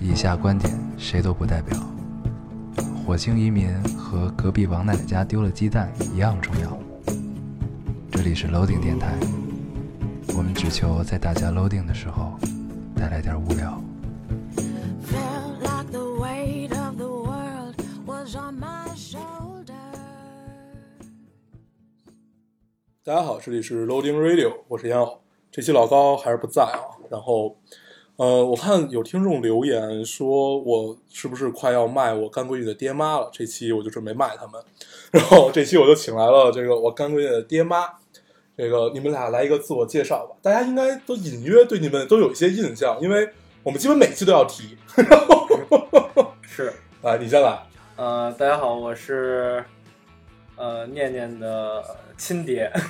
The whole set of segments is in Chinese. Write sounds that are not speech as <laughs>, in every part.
以下观点谁都不代表。火星移民和隔壁王奶奶家丢了鸡蛋一样重要。这里是 Loading 电台，我们只求在大家 Loading 的时候带来点无聊。 Felt like the weight of the world was on my shoulders. 大家好，这里是 Loading Radio，我是烟偶。这期老高还是不在啊。然后，呃，我看有听众留言说我是不是快要卖我干闺女的爹妈了？这期我就准备卖他们。 <laughs> 然后这期我就请来了这个我干闺女的爹妈。这个你们俩来一个自我介绍吧，大家应该都隐约对你们都有一些印象，因为我们基本每期都要提。是，来，你先来。呃，大家好，我是呃念念的亲爹，你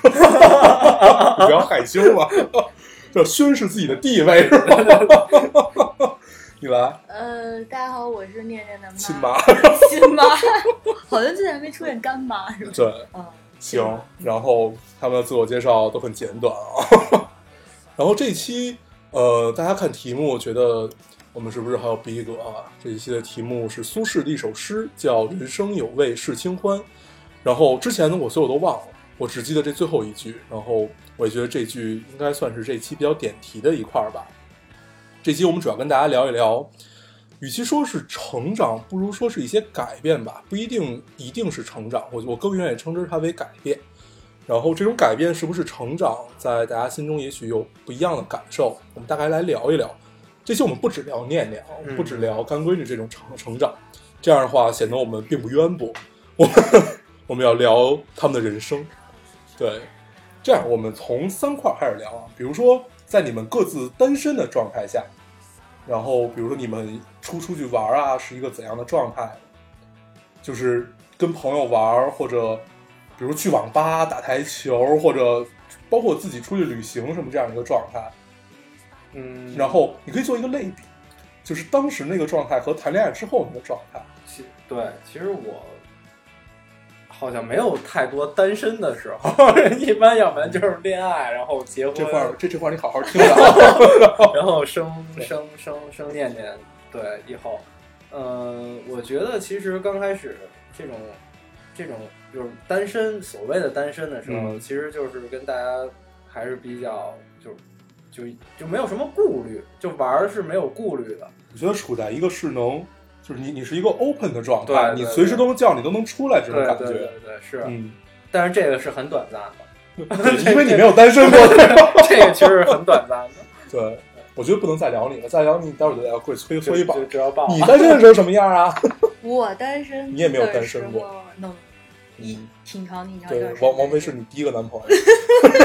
不要害羞嘛， <laughs> 就宣示自己的地位是吧？ <laughs> 你来，呃，大家好，我是念念的妈，亲妈， <laughs> 亲妈，好像之前没出现干妈是吧？对，嗯，行，然后他们的自我介绍都很简短啊。 <laughs> 然后这一期，呃，大家看题目，觉得我们是不是还有逼格啊？这一期的题目是苏轼的一首诗，叫“人生有味是清欢”。然后之前的我所有都忘了，我只记得这最后一句。然后我也觉得这句应该算是这期比较点题的一块儿吧。这期我们主要跟大家聊一聊，与其说是成长，不如说是一些改变吧，不一定一定是成长，我我更愿意称之它为改变。然后这种改变是不是成长，在大家心中也许有不一样的感受，我们大概来聊一聊。这期我们不只聊念念啊，嗯不只聊干闺女这种成成长，这样的话显得我们并不渊博。我们我们要聊他们的人生，对，这样我们从三块儿开始聊啊，比如说在你们各自单身的状态下，然后比如说你们出出去玩儿啊，是一个怎样的状态？就是跟朋友玩儿，或者比如去网吧打台球，或者包括自己出去旅行什么这样一个状态。嗯，然后你可以做一个类比，就是当时那个状态和谈恋爱之后那个状态。其对，其实我好像没有太多单身的时候， <laughs> 一般要不然就是恋爱，然后结婚，这块儿这这块儿你好好听着啊。 <laughs> 然后生生生生念念，对，以后，嗯、我觉得其实刚开始这种这种就是单身，所谓的单身的时候，嗯其实就是跟大家还是比较就就就没有什么顾虑，就玩儿是没有顾虑的， <laughs> 我觉得处在一个是能，就是你你是一个 open 的状态，对对你随时都能叫你都能出来这种对对感对觉。对对是， <laughs> 嗯，但是这个是很短暂 <laughs> 的，因为你没有单身过。这个其实是很短暂的，对，我觉得不能再聊你了，再聊你待会儿就要跪催就催吧。就只要报你单身的时候什么样啊？我单身，你也没有单身过，嗯能一挺长挺长对一段时，间。啊王王菲是你第一个男朋友，<laughs> <laughs>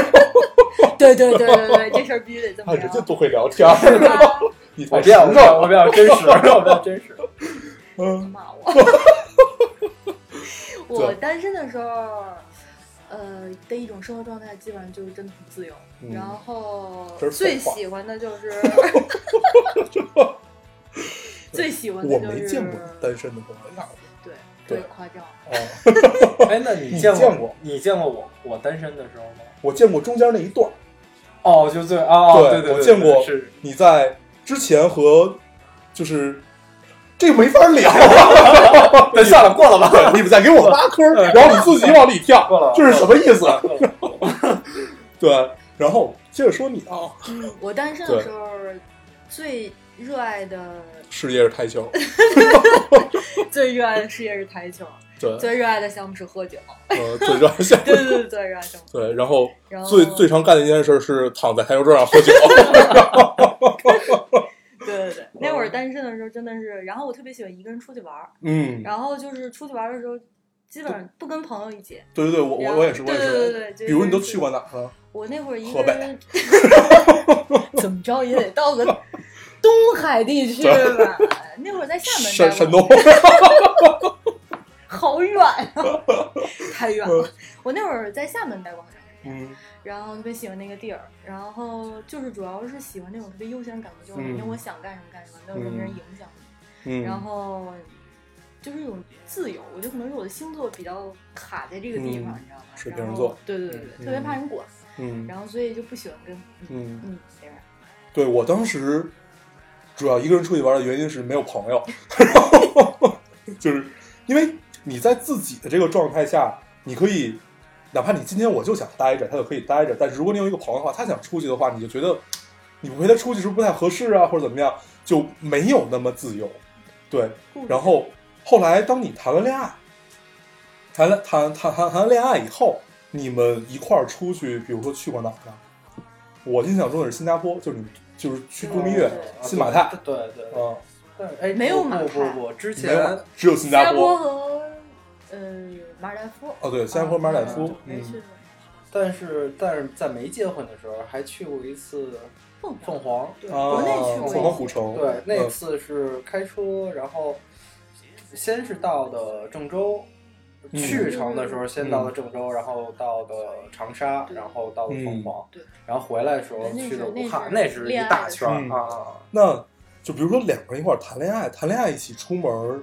对对对对 <laughs> 对，这事儿必须得这么啊，聊人家。多会聊天儿，是吧 <laughs> 你我太比实较我比较诚我了。比较 <laughs> 真实，我比较真实，嗯，骂 <laughs> <laughs> 我。我单身的时候，呃的一种生活状态，基本上就是真的很自由。嗯然后这是最废话喜 <laughs> 欢的就是，最喜欢我的就是没见过你单身的朋友样子。对对对夸张。哦，哎，那你你见见过你见过我我单身的时候吗？我见过中间那一段，哦，就最哦，对对对，我见过是你在之前和就是这没法聊啊， <laughs> 对，算了，过了吧。对你们在给我挖坑儿，然后你自己往里过了跳，这是什么意思？过 <laughs> 了对，然后接着说你啊，嗯，我单身对的时候最热爱的、事业是台球， <laughs> 最热爱的事业是台球，对，最热爱的项目是喝酒。呃，最热爱项目 <laughs> 对对对，最热爱项目。 <laughs> 对，然后然后最最常干的一件事是躺在台球桌上 <laughs> 喝酒。对对对，那会哦儿单身的时候真的是，然后我特别喜欢一个人出去玩儿，嗯，然后就是出去玩儿的时候，基本上不跟朋友一起。对对对，我然我后我也是，我对也对对是。对对。比如你都就去过哪儿啊？我那会儿一河个北 <laughs> 人，怎么着也得到个东海地区吧。那会儿在厦门山待过山 <laughs> 东。好远啊，太远了。我那会儿在厦门待过很长时间，嗯然后特别喜欢那个地儿，然后就是主要是喜欢那种特别悠闲的感觉，就是嗯因为我想干什么干什么，没有任何人影响，嗯，然后就是一种自由。我觉得可能是我的星座比较卡在这个地方，嗯你知道吗？水然瓶后座，对对对对，嗯特别怕人管，嗯然后所以就不喜欢跟嗯，嗯别人。对我当时主要一个人出去玩的原因是没有朋友，就是因为你在自己的这个状态下，你可以，哪怕你今天我就想待着，他就可以待着。但是如果你有一个朋友的话，他想出去的话，你就觉得你不陪他出去是不是不太合适啊，或者怎么样，就没有那么自由。对，然后后来当你谈了恋爱，谈了谈谈谈谈了恋爱以后，你们一块儿出去，比如说去过哪儿呢？我印象中的是新加坡，就是你就是去度蜜月对对、啊新马泰，对对对啊，但是哎，没有不马不泰不不，之没有前，只有新新加加坡。和呃马尔代夫，哦，对，新加坡马尔代夫，没嗯，去过。但是但是在没结婚的时候还去过一次凤凰凤凰，对，啊国内去过一次，凤凰古城，对，那嗯次是开车，然后先是到的郑州，嗯去程的时候先到的郑州，然后到的长沙，对然后到的凤凰嗯对，然后回来的时候那是去的武汉，那那是是一大圈儿恋爱的时候啊啊！啊那就比如说两个人一块儿谈恋爱，谈恋爱一起出门儿，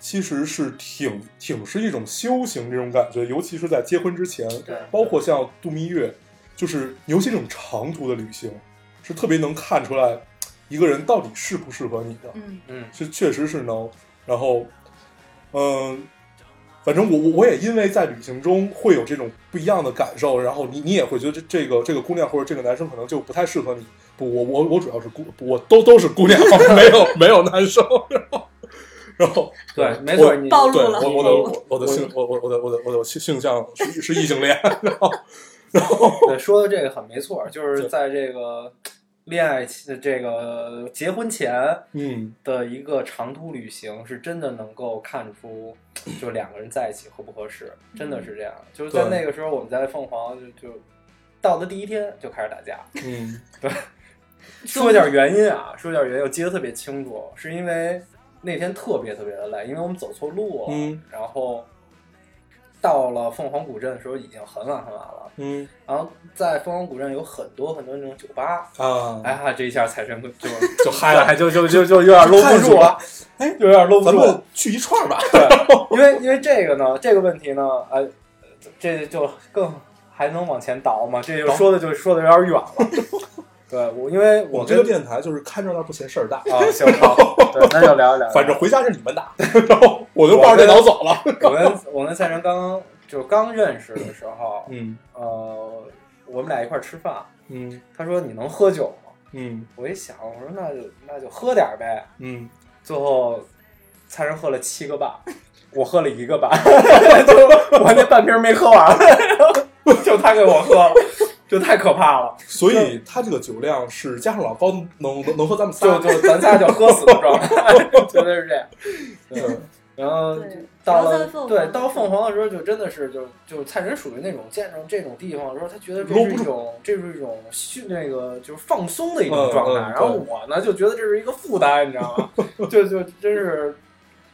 其实是挺挺是一种修行这种感觉，尤其是在结婚之前，对包括像度蜜月，就是尤其这种长途的旅行，是特别能看出来一个人到底适不适合你的，嗯，嗯，是确实是能。然后，嗯，反正我我我也因为在旅行中会有这种不一样的感受，然后你你也会觉得这这个这个姑娘或者这个男生可能就不太适合你。不，我我我主要是姑，我都都是姑娘， <laughs> 没有没有男生。然后，然后对，没错，我你暴露对了我我的我我的性我我我的我的我的性性向是是异性恋，然后对，说的这个很没错，就是在这个恋爱期，这个结婚前嗯，的一个长途旅行，是真的能够看出，就两个人在一起合不合适，真的是这样。就是在对那个时候，我们在凤凰就就到的第一天就开始打架，嗯说一下原因啊，说一下原因，我记得特别清楚，是因为那天特别特别的累，因为我们走错路了，嗯然后到了凤凰古镇的时候已经很晚很晚了，嗯然后在凤凰古镇有很多很多那种酒吧，啊，哎呀，这一下财神就就就嗨了，还就就就就有点搂太不热住了了，哎，就有点搂不咱住了们。去一串儿吧。啊对，因为因为这个呢，这个问题呢，呃，这就更还能往前倒嘛，这就倒说的就说的有点远了。 <laughs> 对我，因为我们这跟个电台就是看热闹不嫌事儿大，啊，行好， <laughs> 对，那就聊一 <laughs> 聊。反正回家是你们 <laughs> 打，然后我就抱着我跟电脑走了。我跟我跟赛晨刚刚就刚认识的时候，嗯呃，我们俩一块儿吃饭，嗯他说你能喝酒吗？嗯我一想，我说那就那就喝点儿呗。嗯，最后，蔡晨喝了七个半，我喝了一个半， <laughs> 就我那半瓶没喝完， <laughs> 就他给我喝了，就太可怕了，所以他这个酒量是加上老高能能能和咱们仨就就咱仨就喝死的状态， <laughs> 绝对是这样。对，嗯 <laughs> 然呃后对到然后了在凤凰对到凤凰的时候，就真的是就就蔡晨属于那种见着这种地方的时候，他觉得这搂是不一住种这是一种训那个就是放松的一种嗯状态，嗯然后对我呢就觉得这是一个负担，你知道吗？ <laughs> 就就真是。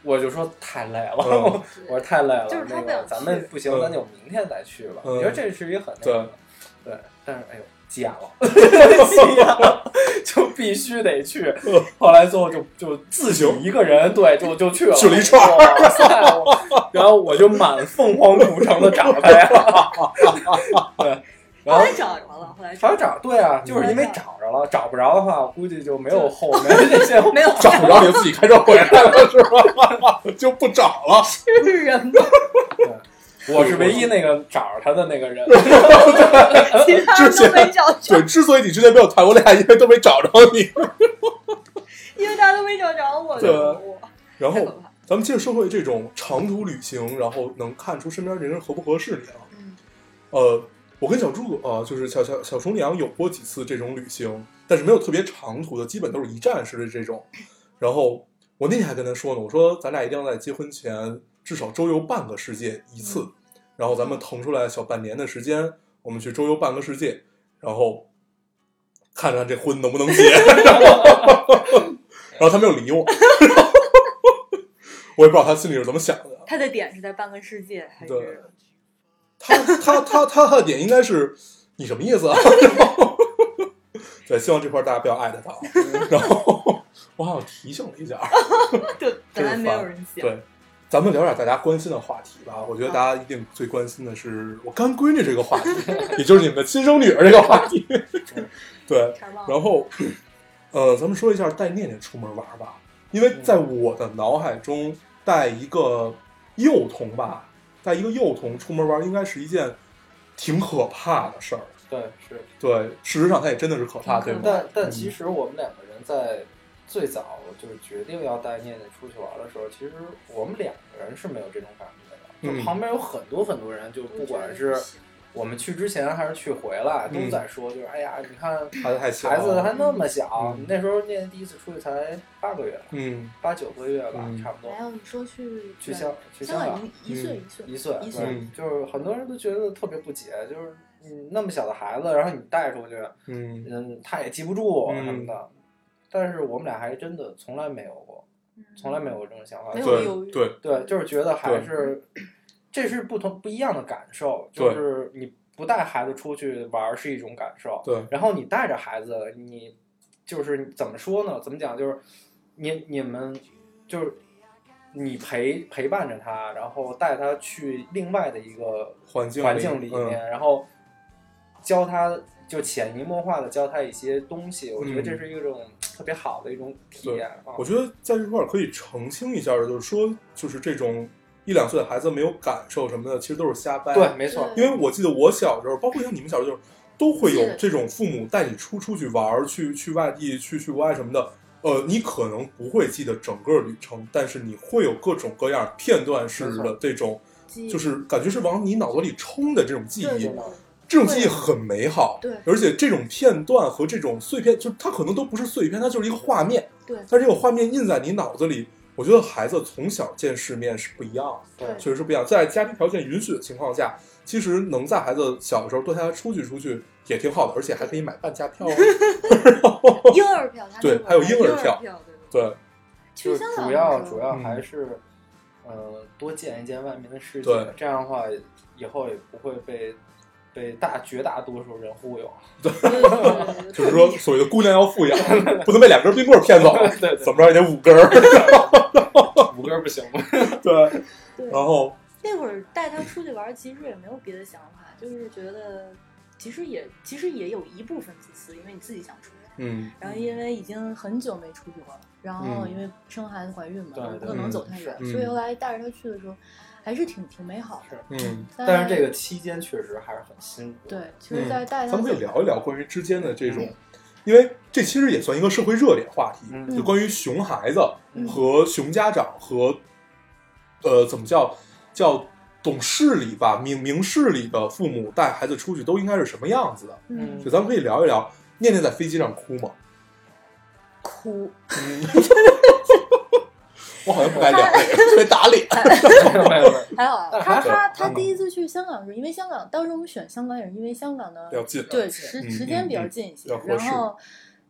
我就说太累了，嗯 <laughs> 我说太累了，就是他那不个想咱们去不行，嗯咱就明天再去吧。嗯你说这是一个很那个的，对，但是哎呦急眼了，急 <laughs> 眼了，就必须得去。后来最后就就自己一个人，对，就就去了，去了一串儿哇塞我然后我就满凤凰古城的找他 <laughs> 呀，对，然后后来找着了，后来还找要着找，对啊，就是因为找着了，找不着的话，我估计就没有后面这些了，没有找不着你就自己开车回来了是吧？ <laughs> 就不找了，是人 <laughs> 吗？ <laughs> 我是唯一那个找着他的那个人，其他人都没找着对，，之所以你之前没有谈过恋爱，因为都没找着你。因为大家都没找着我，对啊我然太后可怕了。咱们接着说回这种长途旅行，然后能看出身边这人合不合适你啊。嗯呃，我跟小柱啊、呃就是小小小厨娘有过几次这种旅行，但是没有特别长途的，基本都是一站式的这种。然后我那天还跟他说呢，我说咱俩一定要在结婚前至少周游半个世界一次，然后咱们腾出来小半年的时间，我们去周游半个世界，然后看看这婚能不能结。 <laughs> 然后他没有理我，我也不知道他心里是怎么想的。啊他的点是在半个世界，还对是他他他他他的点应该是你什么意思啊？对，希望这块儿大家不要艾特他啊。然后我好像提醒了一下，对本来真是没有烦人想，对，咱们聊点大家关心的话题吧。我觉得大家一定最关心的是我干闺女这个话题，也就是你们的亲生女儿这个话题。对，嗯差点忘了。然后 <clears throat> 呃，咱们说一下带念念出门玩吧，因为在嗯我的脑海中，带一个幼童吧，带一个幼童出门玩，应该是一件挺可怕的事儿。对是，对，事实上它也真的是可怕，对挺可吗？嗯但但其实我们两个人在最早就是决定要带念念出去玩的时候，其实我们两个人是没有这种感觉的，嗯就旁边有很多很多人，就不管是我们去之前还是去回来，都嗯在说，就是哎呀，你看孩子太小，孩子还那么小，嗯你那时候念第一次出去才八个月，嗯八九个月吧，嗯差不多还。有你说去去香去香哎香港港一一岁一岁啊一岁，啊一对岁，嗯就是很多人都觉得特别不解，就是你那么小的孩子，然后你带出去，嗯嗯，他也记不住嗯什么的。但是我们俩还真的从来没有过，从来没有过这种想法。嗯没有犹对豫对，对，就是觉得还是这是不同不一样的感受，对就是你不带孩子出去玩儿是一种感受，对然后你带着孩子，你就是怎么说呢？怎么讲？就是你你们就是你陪陪伴着他，然后带他去另外的一个环境环境里面，嗯然后教他就潜移默化的教他一些东西。我觉得嗯这是一种特别好的一种体对验啊。我觉得在这块儿可以澄清一下，就是说，就是这种一两岁的孩子没有感受什么的，其实都是瞎掰。对，，没错，对因为我记得我小时候，包括像你们小时候，就是都会有这种父母带你出出去玩儿，去去外地，去去国外什么的。呃，你可能不会记得整个旅程，但是你会有各种各样片段式的没错这种，记忆就是感觉是往你脑子里冲的这种记忆。对对对这种记忆很美好，对而且这种片段和这种碎片，就是它可能都不是碎片，它就是一个画面，对但是这个画面印在你脑子里，我觉得孩子从小见世面是不一样的，对确实是不一样。在家庭条件允许的情况下，其实能在孩子小的时候多带他出去出去也挺好的，而且还可以买半价票啊、婴儿票，他那会对儿还有婴儿儿票票，<laughs> 对对去就香是港主的要时候主要嗯还是，呃，多见一见外面的世界对，这样的话以后也不会被被大绝大多数人忽 <laughs> 悠。对对对对就是说所谓的姑娘要富养，不能被两根冰棍儿骗走，对怎么着也得五根儿。五根儿不行 <laughs> 吗？对，对然后那会儿带他出去玩儿，其实也没有别的想法，就是觉得其实也其实也有一部分自私，因为你自己想出去，嗯然后因为已经很久没出去过了，然后嗯因为生孩子怀孕嘛，对对不可能走太远，嗯所以后来带着他去的时候，还是挺挺美好的。是，嗯，但是这个期间确实还是很辛苦。对，其实在带他嗯咱走，们可以聊一聊关于之间的这种，嗯因为这其实也算一个社会热点话题，嗯就关于熊孩子嗯和熊家长和，呃，怎么叫叫懂事理吧，明明事理的父母带孩子出去都应该是什么样子的？嗯，就咱们可以聊一聊。念念在飞机上哭吗？哭，我好像嗯不该聊这个， <laughs> 特别打脸。没有没有没有还好啊。他对他嗯他第一次去香港是因为香港，当时我们选香港也是因为香港的比较近，对是时嗯时嗯间比较嗯近一些比较，合然适后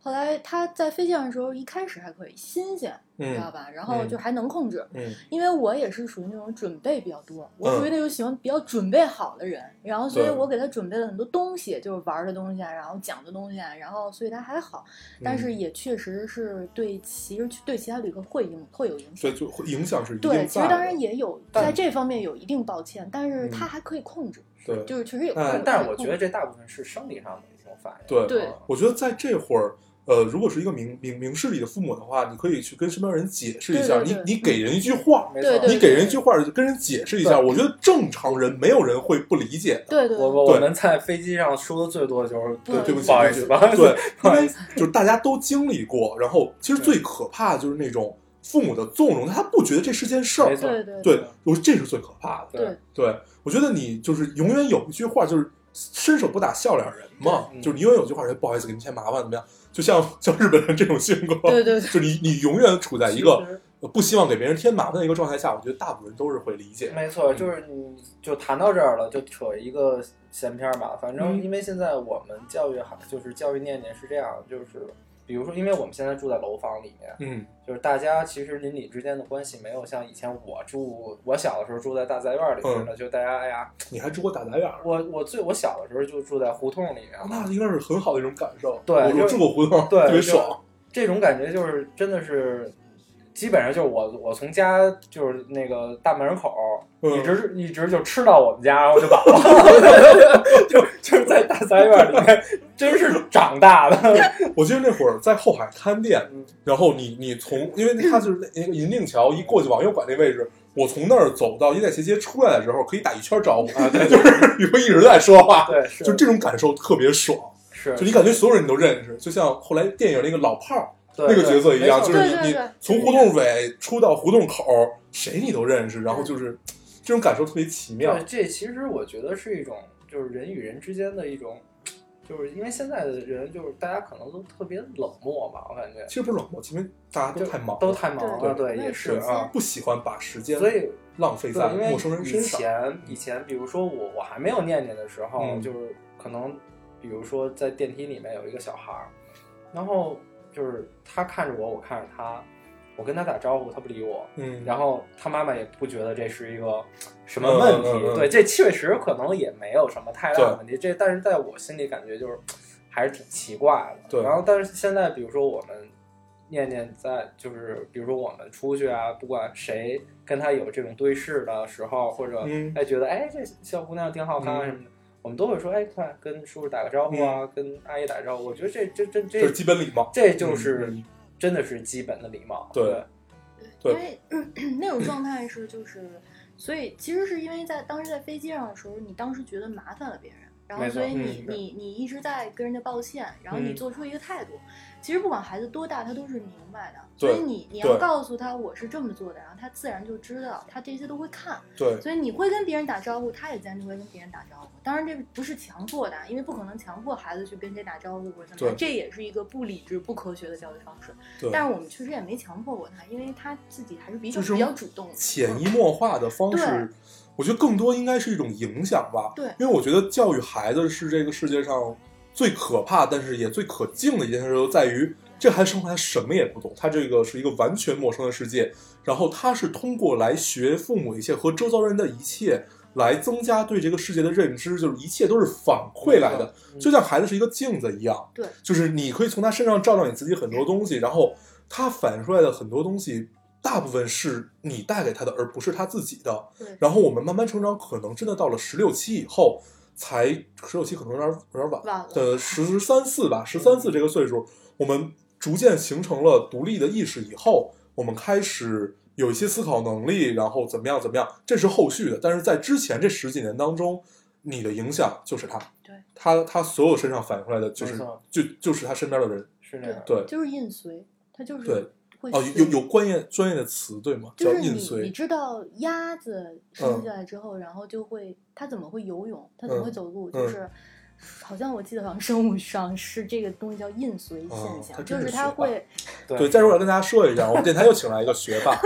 后来他在飞机上的时候，一开始还可以新鲜，知道嗯吧？然后嗯就还能控制，嗯因为我也是属于那种准备比较多，我属于嗯那种喜欢比较准备好的人，然后所以对我给他准备了很多东西，就是玩儿的东西啊，然后讲的东西啊，然后所以他还好，但是嗯也确实是对其实对其他旅客会影会有影响对，。就会影响是一定对，在其实当的然。也有但在这方面有一定抱歉，但是他嗯还可以控制，对，就是确实有。但 <laughs> 但是我觉得这大部分是生理上的一种反应。对对我觉得在这会儿，呃，如果是一个明明明事理的父母的话，你可以去跟身边人解释一下，对对对你你给人一句话，没错。对你给人一句话，跟人解释一下，对我觉得正常人没有人会不理解的。对对，我对我对我们在飞机上说的最多的就是不好对不起不好对意不起思，不好意思，对，不因好意为思，就是大家都经历过，然后其实对最可怕的就是那种父母的纵容，他不觉得这是件事没儿，错对对对，我这是最可怕的。对，对，我觉得你就是永远有一句话，就是伸手不打笑脸人嘛，对嗯就是你永远有句话说不好意思给您添麻烦怎么样？就像像日本人这种性格，对对 <laughs> 对就是你你永远处哎在一其个呃实不希望给别人添麻烦的一个状态下，我觉得大部分人都是会理解。没错，就是你就谈到这儿了，就扯一个闲篇儿吧。反正嗯因为现在我们教育孩，就是教育念念是这样，就是比如说，因为我们现在住在楼房里面，嗯就是大家其实邻里之间的关系没有像以前我住我小的时候住在大杂院里嗯似的，就大家哎呀，你还住过大杂院儿，我我最我小的时候就住在胡同里面嘛那，应该是很好的一种感受。对我就我是住过胡同，对特别就爽。这种感觉就是真的是。基本上就是我，我从家就是那个大门口，嗯一直一直就吃到我们家，然后就饱了，就就是在大杂院里面，真是长 <laughs> 大的。我记得那会儿在后海看店嗯，然后你你从，因为它就是那个银锭桥一过去往右拐那位置，我从那儿走到一代斜街出来的时候，可以打一圈招呼，就是你会一直在说话，啊对，是就这种感受特别爽，是就你感觉所有人你都认识，就像后来电影那个老炮儿对那个角色一样，没就错是对你对你对从胡同尾出到胡同口，谁你都认识，然后就是这种感受特别奇妙对，，这其实我觉得是一种，就是人与人之间的一种，就是因为现在的人就是大家可能都特别冷漠吧，我感觉其实不是冷漠，因为大家都就太忙了，都太忙了，对，对也是嗯没有时间啊。不喜欢把时间所以浪费在对，因为陌生人身以上。前以前，比如说我我还没有念念的时候，嗯就是可能比如说在电梯里面有一个小孩儿，然后就是他看着我，我看着他，我跟他打招呼，他不理我，嗯，然后他妈妈也不觉得这是一个什么问题，嗯嗯嗯嗯对，这确实可能也没有什么太大的问题，这但是在我心里感觉就是还是挺奇怪的。对然后但是现在比如说我们念念在就是比如说我们出去啊，不管谁跟他有这种对视的时候，或者嗯哎觉得哎这小姑娘挺好看啊嗯什么的。我们都会说，哎，快跟叔叔打个招呼啊，跟阿姨打个招呼。我觉得这这这这这是基本礼貌。这就是、嗯嗯真的是基本的礼貌。对对因为 <clears throat> 嗯那种状态是就是，所以其实是因为在当时在飞机上的时候，你当时觉得麻烦了别人，然后没错所以嗯你、对你你一直在跟人家抱歉，然后你嗯做出一个态度。其实不管孩子多大，他都是明白的，对所以你你对要告诉他我是这么做的，然后他自然就知道，他这些都会看，对，所以你会跟别人打招呼，他也自然就会跟别人打招呼。当然这不是强迫的，啊因为不可能强迫孩子去跟谁打招呼或者怎么对样，这也是一个不理智、不科学的教育方式。对但是我们确实也没强迫过他，因为他自己还是比较就是比较主动的。潜移嗯默化的方对式，我觉得更多应该是一种影响吧。对因为我觉得教育孩子是这个世界上最可怕，但是也最可敬的一件事，就在于这孩子生活他什么也不懂，他这个是一个完全陌生的世界，然后他是通过来学父母一切和周遭人的一切。来增加对这个世界的认知，就是一切都是反馈来的，嗯就像孩子是一个镜子一样。对，就是你可以从他身上照到你自己很多东西，然后他反出来的很多东西，大部分是你带给他的，而不是他自己的。对然后我们慢慢成长，可能真的到了十六七以后，才十六七可能有点有点晚，晚了呃，十三四吧，十三四这个岁数，我们逐渐形成了独立的意识以后，我们开始有一些思考能力，然后怎么样怎么样，这是后续的。但是在之前这十几年当中，你的影响就是他，对他他所有身上反映出来的就是没错就就是他身边的人，是那样。对就是印随，他就是对会哦，随有有专业专业的词对吗？就叫是印你你随，嗯知道鸭子生下来之后，然后就会它怎么会游泳，它怎么会走路，就嗯是。好像我记得，好像生物上是这个东西叫印随哦现象，它就真是它学霸会对对，在这儿我要跟大家说一下，我们电台又请来一个学霸，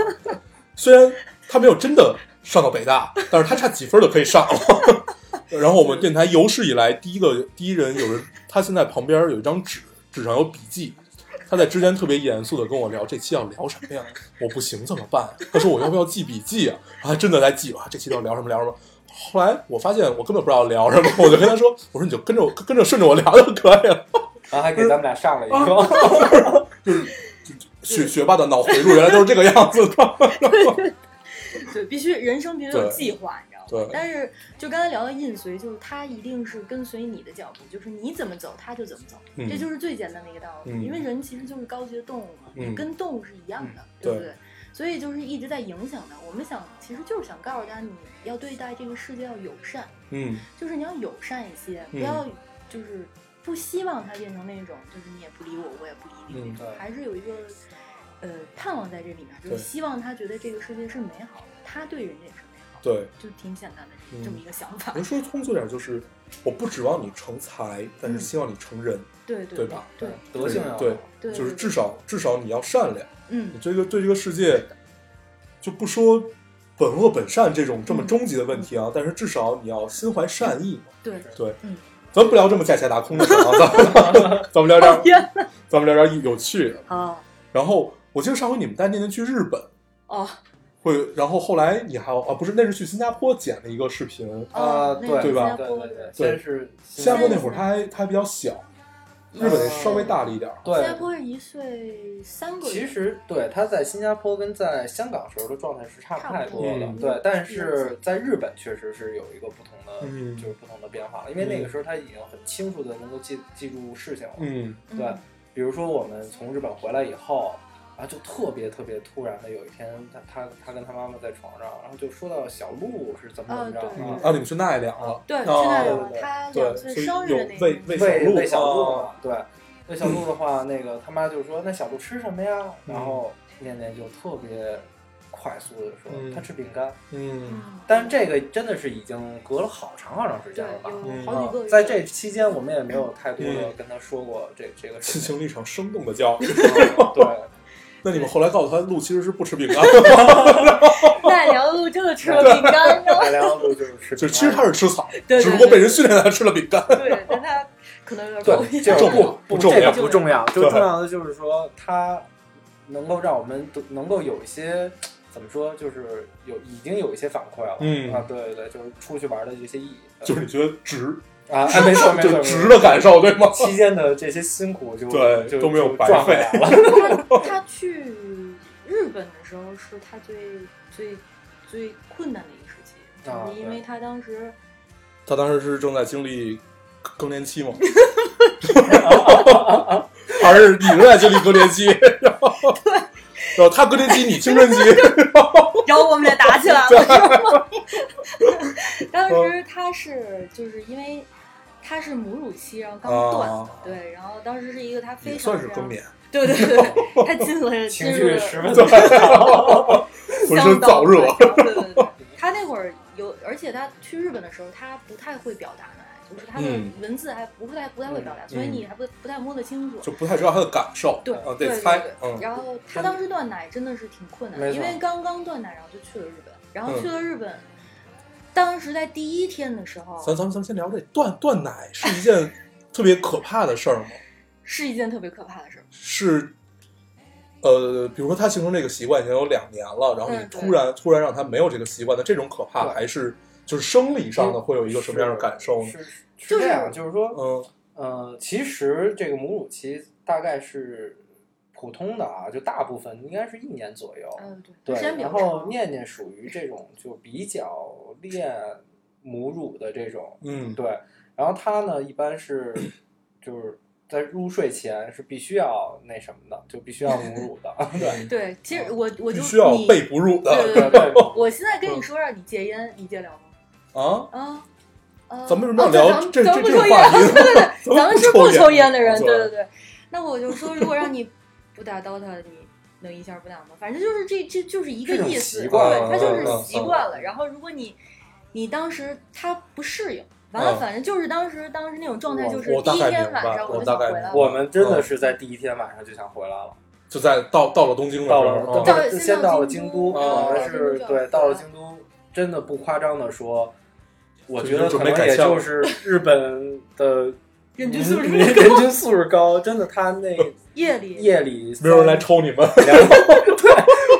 虽然他没有真的上到北大，但是他差几分就可以上了。然后我们电台有史以来第一个第一人有人，他现在旁边有一张纸，纸上有笔记。他在之前特别严肃的跟我聊这期要聊什么呀？我不行怎么办？他说我要不要记笔记啊？啊，真的在记啊，这期要聊什么聊什么。后来我发现我根本不知道聊什么，我就跟他说，我说你就跟着我跟着顺着我聊就可以了。然后还给咱们俩上了一 <laughs> 课，学学霸的脑回路原来都是这个样子的。 <laughs> 对，必须人生必须有对计划，你知道对吗？但是就刚才聊到印随，就是它一定是跟随你的脚步，就是你怎么走，它就怎么走，嗯这就是最简单的一个道理。嗯因为人其实就是高级的动物嘛，嗯你跟动物是一样的，对对不对？所以就是一直在影响的。我们想，其实就是想告诉他，你要对待这个世界要友善，嗯，就是你要友善一些，嗯不要就是不希望它变成那种就是你也不理我，我也不理你，嗯对还是有一个呃盼望在这里面，就对是希望他觉得这个世界是美好的，他对人家也是美好的，对。就挺简单的嗯这么一个想法我。说通俗点就是，我不指望你成才，但是希望你成人，对对对吧？对德性啊要对对，就是对至少至少你要善良，你嗯，这个对这个世界，就不说本恶本善这种这么嗯终极的问题啊，但是至少你要心怀善意嘛。对，对，嗯咱们不聊这么假下打空的事儿啊，咱们 <laughs> 咱们聊哦点天哪，咱们聊点有趣的。哦然后我记得上回你们带念念去日本，哦啊会，然后后来你还有啊，不是那是去新加坡剪了一个视频，啊哦，那个对新吧加对坡对对，的先是新加坡那会儿他还他还比较小，日哦本稍微大了一点儿，新对加，坡是一岁三个月，其实对他在新加坡跟在香港时候的状态是差不太多的，差不多对，但是在日本确实是有一个不同的，嗯就是不同的变化了，因为那个时候他已经很清楚的能够记记住事情了，嗯嗯对，比如说我们从日本回来以后，然后就特别特别突然的有一天，他他他跟他妈妈在床上，然后就说到小鹿是怎么怎么着嗯嗯啊，啊，你们是奈良了，对，是哦那种对他对，两所岁以生日有的那喂个，喂小喂鹿喂小鹿啊，嘛，对，喂小鹿的 <clears throat> 话，那个他妈就说那小鹿吃什么呀？嗯然后念念就特别快速的说嗯他吃饼干，嗯嗯但是这个真的是已经隔了好长好长时对间了吧？有嗯好几个月，在这期间，我们也没有太多的嗯跟他说过这这个事进情。行了一场生动的 <laughs> 教育。对，那你们后来告诉他，鹿其实是不吃饼干， <laughs> 奈良鹿真的吃了饼干呢。大梁路就是吃饼干，就其实他是吃草，对对只不过被人训练他吃了饼干。对，但他可能有点 <laughs> 对，这过个分不不重要这个不重要，就对重要的就是说它能够让我们都能够有一些怎么说，就是有已经有一些反馈了，嗯啊，对对对，就是出去玩的这些意义，就是你觉得值，啊，哎没错没 <laughs> 错，就没值错的感受，对吗？期间的这些辛苦就对就都没有就白赚费回 <laughs> 来了，他他去日本的时候是他最最最困难的一个时期，啊就是因为他当时他当时是正在经历更年期吗？ <laughs> 还是你正在经历更年 <laughs> 期？ <laughs> 然后，然后他更年期，你青春期。然后我们俩打起来了，是吗？当时他是就是因为他是母乳期，然后刚断的，啊对，然后当时是一个他非也常算是更年，对对对对，他进了情进入绪了十分的 <laughs> 浑相身当燥热。对对 <laughs> 对对，他那会儿有，而且他去日本的时候，他不太会表达呢，就是他的嗯文字还不太不太会表达，所以你还不不太摸得清楚。就不太知道他的感受，对啊，，对得对猜对，嗯，然后他当时断奶真的是挺困难的，没错因为刚刚断奶，然后就去了日本，然后嗯去了日本，当时在第一天的时咱候咱们咱们先聊这断断奶是一 <laughs> 件特别可怕的事儿吗？是一件特别可怕的事儿。是，呃，比如说他形成这个习惯已经有两年了，然后你嗯对突然突然让他没有这个习惯的这种可怕，对还是就是生理嗯上的会有一个什么样的感受呢？是是是这样，就就是是说，嗯呃，其实这个母乳期大概是普通的啊，就大部分应该是一年左右，嗯，对，对时间，比较然后长。念念属于这种就比较恋母乳的这种，嗯对。然后她呢，一般是就是在入睡前是必须要那什么的，就必须要母乳的，对对，其实我我必就须哦要你被嗯哺乳 <laughs> <laughs> 对的对对对。我现在跟你说让你戒烟，你戒了吗？啊。啊，呃咱们为什么要哦对聊这咱这们咱们不这种抽烟话，题？ <laughs> 对对对，咱 <laughs> 咱们们是不抽烟烟的人，对对对，对。那我就说，如果让你不打 DOTA，你能一下不打吗？反正就是这这就是一个这种意思，习惯对，了他就嗯是嗯习惯了。然后如果你你当时他不适应，完了嗯反正就是当时当时那种状态，我就是我大第一概天明晚白上我就大想概回明白来了。我们真嗯的是在第一天晚上就想回来了，就在到到了东京的时到了候，到啊了就先先到到了京京都都，啊我们是到了京都就对到了京都，真的不夸张的说，我觉得就是准可备能赶也项就目是日本的 <laughs> 人均素质人人均素质高，真的，他 <laughs> 那夜里，夜里没有人来抽你们，两个， <laughs> 对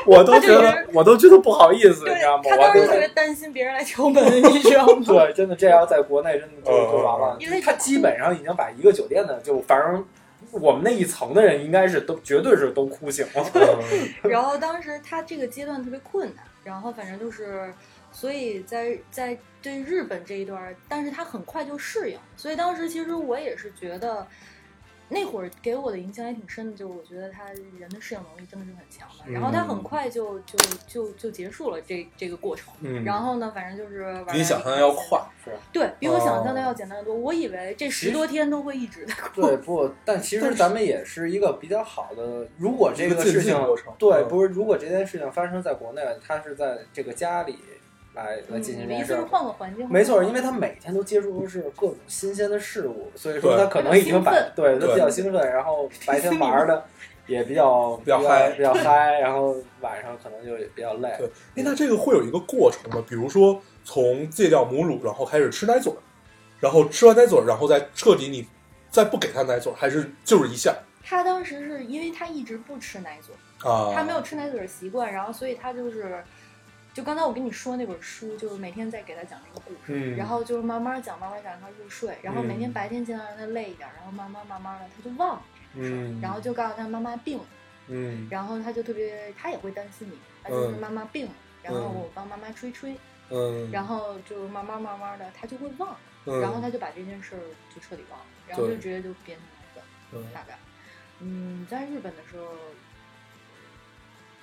我都觉他这得我都觉得不好意思，你对知道吗？他当我时都特别担心别人来敲门，你知道吗？对，嗯真的这要在国内真的就就完了，嗯因为他基本上已经把一个酒店的就反正。我们那一层的人应该是都绝对是都哭醒了， <laughs> 然后当时他这个阶段特别困难，然后反正就是，所以在在对日本这一段儿，但是他很快就适应，所以当时其实我也是觉得，那会儿给我的影响也挺深的，就是我觉得他人的适应能力真的是很强嗯的，然后他很快就就就就结束了这这个过程， <laughs> 嗯，然后呢，反正就是玩比你得想还象挺要开心快，，对比我想象的哦要简单得多，我以为这其十实多天都会一直的，对不？但其实咱们也是一个比较好的，如果这一个事进情进过程对，嗯不是如果这件事情发生在国内，他是在这个家里来来进行这一件事次儿是，换个环境，没错，因为他每天都接触的是各种新鲜的事物，所以说对他可能已经把对他对比较兴奋，然后白天玩的也比较 <laughs> 比较嗨比较嗨，然后晚上可能就也比较累。对，哎，那这个会有一个过程吗？比如说从戒掉母乳，然后开始吃奶嘴儿，然后吃完奶嘴儿，然后再彻底你再不给他奶嘴儿，还是就是一下他当时是因为他一直不吃奶嘴。啊？他没有吃奶嘴的习惯，然后所以他就是就刚才我跟你说那本书，就是每天在给他讲这个故事，嗯，然后就是慢慢讲，慢慢讲，让他入睡，然后每天白天尽量让他累一点，然后慢慢慢慢的他就忘了这件事儿嗯，然后就告诉他妈妈病了，嗯然后他就特别，他也会担心你，他就是嗯妈妈病了，然后嗯我帮妈妈吹吹，嗯，然后就慢慢慢慢的他就会忘了，嗯然后他就把这件事儿就彻底忘了，然后就对直接就变成了一个。嗯大概。嗯，在日本的时候，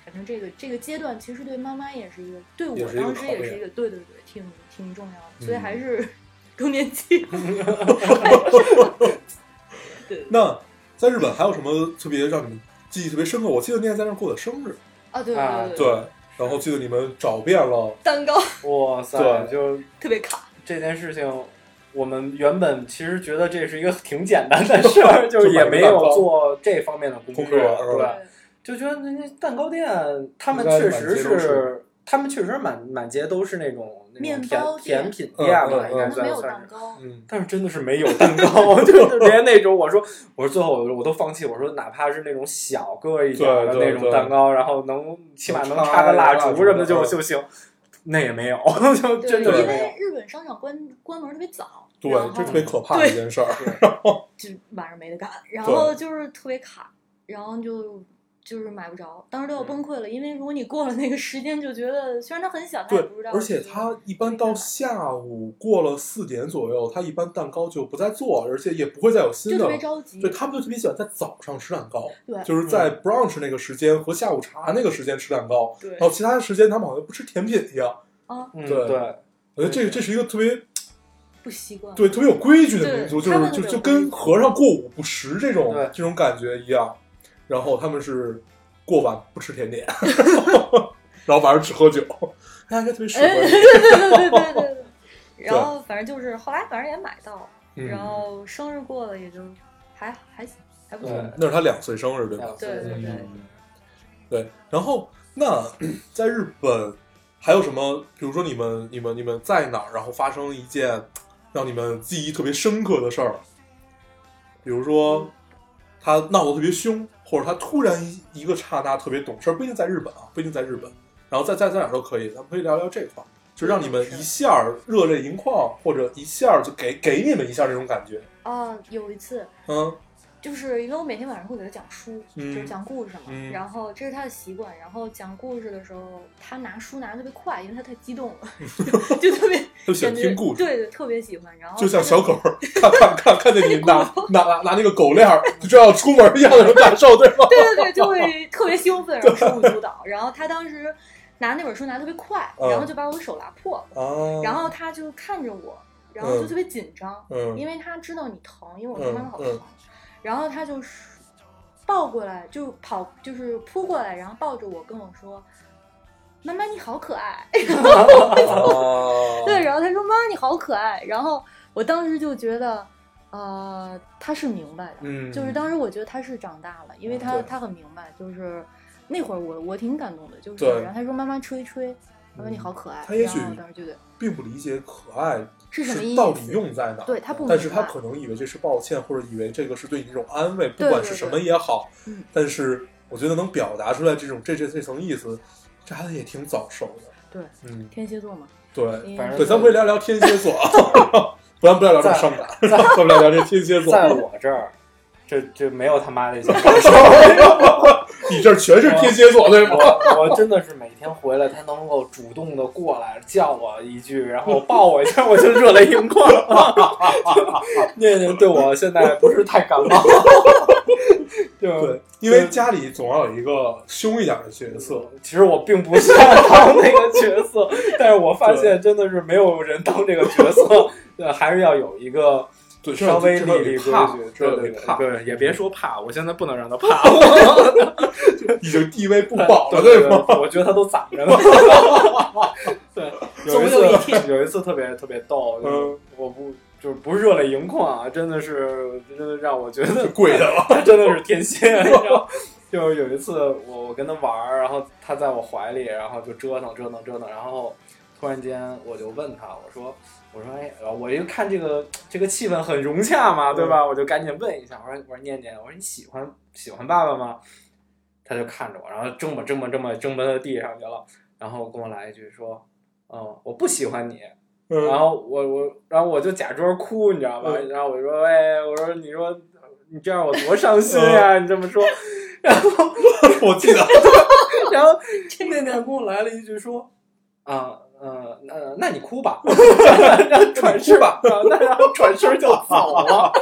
反正这个这个阶段其实对妈妈也是一个，对我也是一个当时考也是验一个，对对对，挺挺重要的，所以嗯还是 <laughs> 更年期。 <laughs> 对那在日本还有什么特别让你们记忆特别深刻？我记得那天在那儿过的生日，啊，对啊对对，然后记得你们找遍了，蛋糕哇塞，对就特别卡，这件事情，我们原本其实觉得这是一个挺简单的 <laughs> 事儿，就是也没有做这方面的功功课是对吧，就觉得那那蛋糕店，他们应该确实满街都是是，他们确实满满街都是那种那面种甜包店甜品店吧，嗯应但该是没算有算蛋是。糕。嗯，但是真的是没有蛋糕，就是连那种我说我说最后我我都放弃，我说哪怕是那种小个一点的对对那种蛋糕，然后能起码能能插插个蜡蜡烛烛什么的就嗯就行，那也没有，就真对，的因没有为。日本商场关关门特别早，对然，后这特别可怕的一件事儿，就晚上没得干，然后就是特别卡，然后就就是买不着，当时嗯都要崩溃了，因为如果你过了那个时间，就觉得虽然它很小，它也对不知道，，而且它一般到下午过了四点左右，它一般蛋糕就不再做，而且也不会再有就新特的别了。着急，对，他们就特别喜欢在早上吃蛋糕，对就是在 brunch 那个时间和下午茶那个时间吃蛋糕，对然后其他的时间他们好像不吃甜品一样。啊，嗯，对对，我觉得这个对这是一个特别不习惯，对特别有规矩的民族，对就他们是特别就有就规矩跟和尚过午不食这种对这种感觉一样。然后他们是过晚不吃甜点， <laughs> 然后晚上只喝酒， <laughs> 大家应该特别适合 <laughs> 哎， <laughs> 对你。对对对对对对。然后反正就是后来反正也买到了，嗯然后生日过了也就还还行还不错，对那是他两岁生日对吧？对对对嗯对，然后那 <clears throat> 在日本还有什么？比如说你们、你们、你们在哪儿？然后发生一件让你们记忆特别深刻的事儿，比如说他闹得特别凶，或者他突然一一个刹那特别懂事，儿，不一定在日本啊，不一定在日本，然后在在在哪儿都可以，咱们可以聊聊这块儿，就让你们一下儿热泪盈眶，或者一下儿就给给你们一下儿这种感觉，啊，有一次嗯就是因为我每天晚上会给他讲书，嗯就是讲故事嘛。嗯然后这是他的习惯。然后讲故事的时候，他拿书拿的特别快，因为他太激 <laughs> 动了，就就特别就喜欢感觉听故事。对对，特别喜欢。然后就像他小狗儿看看看看见你拿拿拿拿那个狗链儿，就知道要出门一样的那种感受，对吗？ <laughs> 对对对，就 <laughs> 会特别兴奋，然后手舞足蹈。然后他当时拿那本书拿得特别快，嗯然后就把我的手拉破了。啊然后他就看着我，然后就嗯特别紧张，嗯，因为他知道你疼，因为我他妈嗯好嗯疼。然后他就是抱过来，就跑，就是扑过来，然后抱着我跟我说：“妈妈你好可爱。”哦啊，对， <laughs> 然后他说：“妈，你好可爱。”然后我当时就觉得，呃，他是明白的，嗯就是当时我觉得他是长大了，因为他对他很明白，就是那会儿我我挺感动的，就是对嗯然后他说：“妈妈吹一吹。”他说：“你好可爱。”他也然后许我当时觉得并不理解可爱是什么意到底思？用在哪，对他不明白，但是他可能以为这是抱歉，或者以为这个是对你一种安慰，对不管是什么也好对对嗯，但是我觉得能表达出来这种这这这层意思，这孩子也挺早熟的，对嗯，天蝎座嘛，对，因反为对，正呃咱们可以聊聊天蝎座，啊 <laughs> 不然不要聊这么伤感，咱们聊聊这天蝎座，在我这儿，这这没有他妈的一些感受。你这儿全是天蝎座对吗？ <laughs> 我 <laughs> 我真的是每天回来，他能够主动的过来叫我一句，然后抱我一下，我就热泪盈眶。 <laughs> 念念对我现在不是太感冒，就对，因为家里总要有一个凶一点的角色，其实我并不想当那个角色，但是我发现真的是没有人当这个角色，呃还是要有一个。对，稍微立立规至少矩，至少对有对点怕，嗯对，也别说怕，我现在不能让他怕我，已经地位不保了，对吗？我觉得他都攒着呢。 <laughs> 对，有一总有一次有一次特别特别逗，就是嗯我不就是不是热泪盈眶啊，真的是真的让我觉得跪下了，他真的是天蝎。你知道吗就是有一次我我跟他玩儿，然后他在我怀里，然后就折腾折腾折腾，然后突然间我就问他，我说我说哎，然后我就看这个这个气氛很融洽嘛，对吧？我就赶紧问一下，我说我说念念，我说你喜欢喜欢爸爸吗？他就看着我，然后挣吧挣吧挣吧挣吧到地上去了。然然后跟我来一句说，嗯，我不喜欢你，嗯然后我我然后我就假装哭，你知道吧？嗯然后我说，哎，我说你说你这样我多伤心呀、嗯你这么说，然后 <laughs> 我记得， <laughs> 然后那娘跟我来了一句说，啊。呃，那那你哭吧， <laughs> 然后转身吧，啊那然后转身就走 <laughs> 了，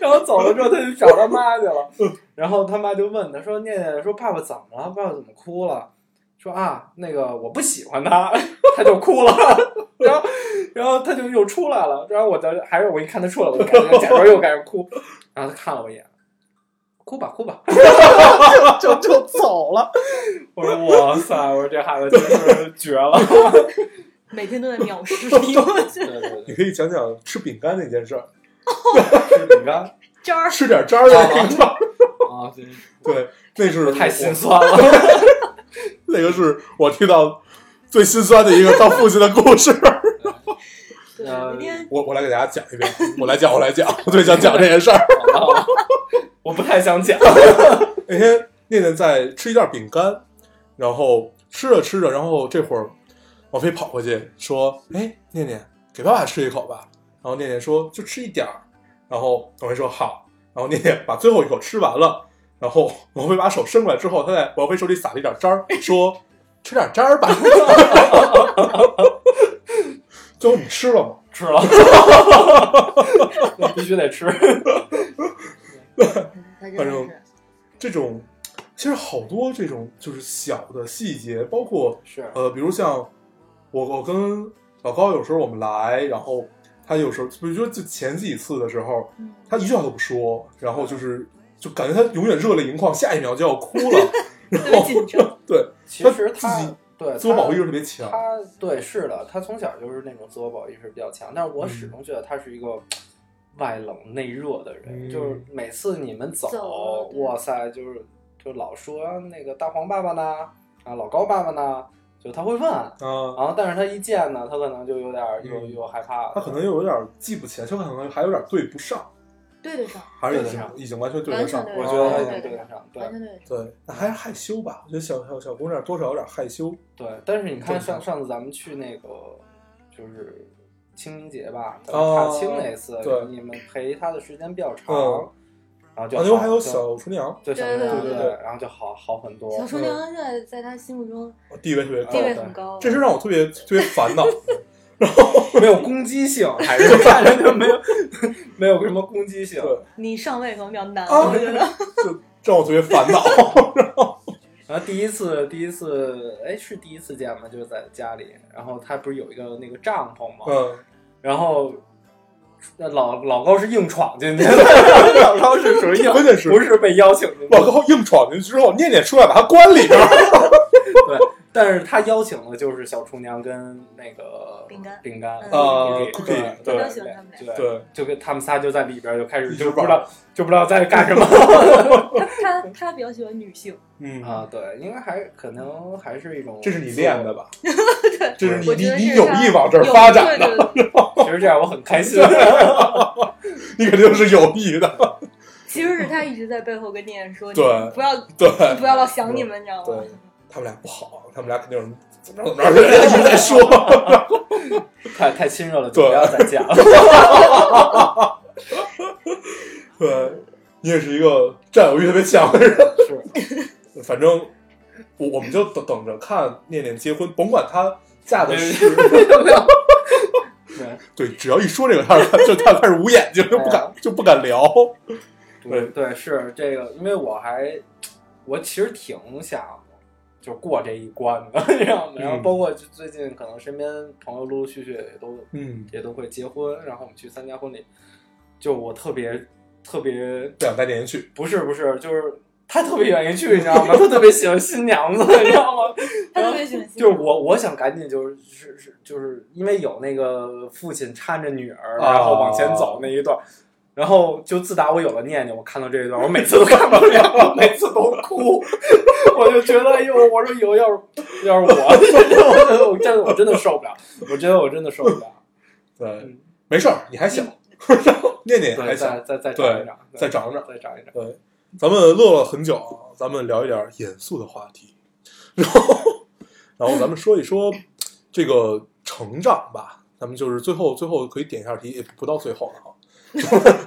然后走了之后他就找他妈去了，然后他妈就问他说：“念念说爸爸怎么了？爸爸怎么哭了？”说啊，那个我不喜欢他， <laughs> 他就哭了， <laughs> 然后然后他就又出来了，然后我的还是我一看他出来，我就感觉假装又开始哭，然后他看了我一眼，哭吧哭吧， <laughs> 就就走了。我说哇塞，我说这孩子真是绝了。每 <laughs> 天都在藐视你，我觉 <laughs> 对得对你对，可以讲讲吃饼干那件事儿，吃饼干渣儿。吃点渣儿的饼 <laughs> 干。啊，真是对，那是哦太心心酸了。那个是我听到最心酸的一个当父亲的故 <laughs> 事。对，呃明天我我来给大家讲一遍，我来讲，我来讲，我最想讲这件事儿。 <laughs> 我不太想讲，那天念念在吃一袋饼干，然后吃着吃着，然后这会儿王菲跑过去说：“哎，念念，给爸爸吃一口吧。”然后念念说：“就吃一点儿。”然后王菲说：“好。”然后念念把最后一口吃完了，然后王菲把手伸过来之后，她在王菲手里撒了一点渣儿，说：“吃点渣儿吧。” <laughs> 最后你吃了吗？吃了， <laughs> 那必须得吃。 <laughs> 他真反的正是这种其实好多这种就是小的细节，包括是呃，比如像我我跟老高有时候我们来，然后他有时候比如说就前几次的时候，嗯他一句话都不说，然后就是就感觉他永远热泪盈眶，下一秒就要哭 <laughs> 了，然特别后紧张，对其实自他己对自我保护他意识特别强，他对是的，他从小就是那种自我保护意识比较强，但是我始嗯终觉得他是一个外冷内热的人，嗯就是每次你们走，走对哇塞，就是就老说那个大黄爸爸呢，啊老高爸爸呢，就他会问，然啊，后但是他一见呢，他可能就有点儿又嗯又害怕了，他可能又有点记不起来，他可能还有点对不上，对得上，还是已对得经上已经完全对得上完我全，觉对得他哦已经对对得上，对完全对得上。对，那还是害羞吧，我觉得小小小姑娘多少有点害羞，对，但是你看正上常上次咱们去那个就是清明节吧，咱们踏哦青那次，对你们陪他的时间比较长，嗯然后就然后好还有就小厨娘对小对姑娘对对对然后就好好很多。小厨娘在在他心目中地位特别高，地位很高，这事让我特别特别烦 <laughs> 恼。没有攻击性，<laughs> 还是看着就没有没有什么攻击性。对你上位可能比较难， <laughs> 啊我觉得。就让我特别烦恼。然后第一次第一次哎是第一次见吗？就是在家里，然后他不是有一个那个帐篷吗？嗯，然后。那老老高是硬闯进去的，老高是属于硬，关键是不是被邀请进去的。老高硬闯进去之后，念念出来把他关里边儿。 <laughs> 对，但是他邀请的就是小厨娘跟那个饼干饼干嗯呃对 cookie，对我比较喜欢他们对俩对，就跟他们仨就在里边儿就开始一就直不知玩道就不知道在干什么 <laughs> 他他比较喜欢女性，嗯啊，对，应该还可能还是一种，这是你练的？吧？对这是你我觉你得你是有他意往这儿发展的，有对对对，其实这样我很 <laughs> 开心，你肯定是有意的。其实是他一直在背后跟念念说，你对不要对，不要老想你们，你知道吗对？他们俩不好，他们俩肯定有什么怎么着怎么着，人家一直在说。 <laughs> 太太亲热了，就对不要再 <laughs> 讲了。对，你也是一个占有欲特别强的人。<laughs> 是，反正我我们就等等着看念念结婚，甭管她嫁的是。对对，只要一说这个，他就他开始捂眼睛，就不敢就不敢聊。对哎对对，是这个，因为我还我其实挺想就过这一关的，你知道吗？然后嗯包括就最近可能身边朋友陆陆续续也都嗯，也都会结婚，然后我们去参加婚礼，就我特别特别不想带念念去。不是不是，就是他特别愿意去，你知道吗？他特别喜欢新娘子，你知道吗？ <laughs> 他特别喜欢新就是娘，我我想赶紧就是是是就是因为有那个父亲搀着女儿，啊然后往前走那一段。然后就自打我有了念念，我看到这一段，我每次都看不了，我每次都哭，我就觉得哎呦，我说以后要是要是 <laughs> 我，我真的我真的受不了，我觉得我真的受不了。对嗯，呃没事儿，你还小， <laughs> 念念也还对，小再。再再对长一长，对再长一长再长一长。对，咱们乐了很久啊，咱们聊一点严肃的话题。然后，然后咱们说一说这个成长吧，咱们就是最后最后可以点一下题，也不到最后了啊，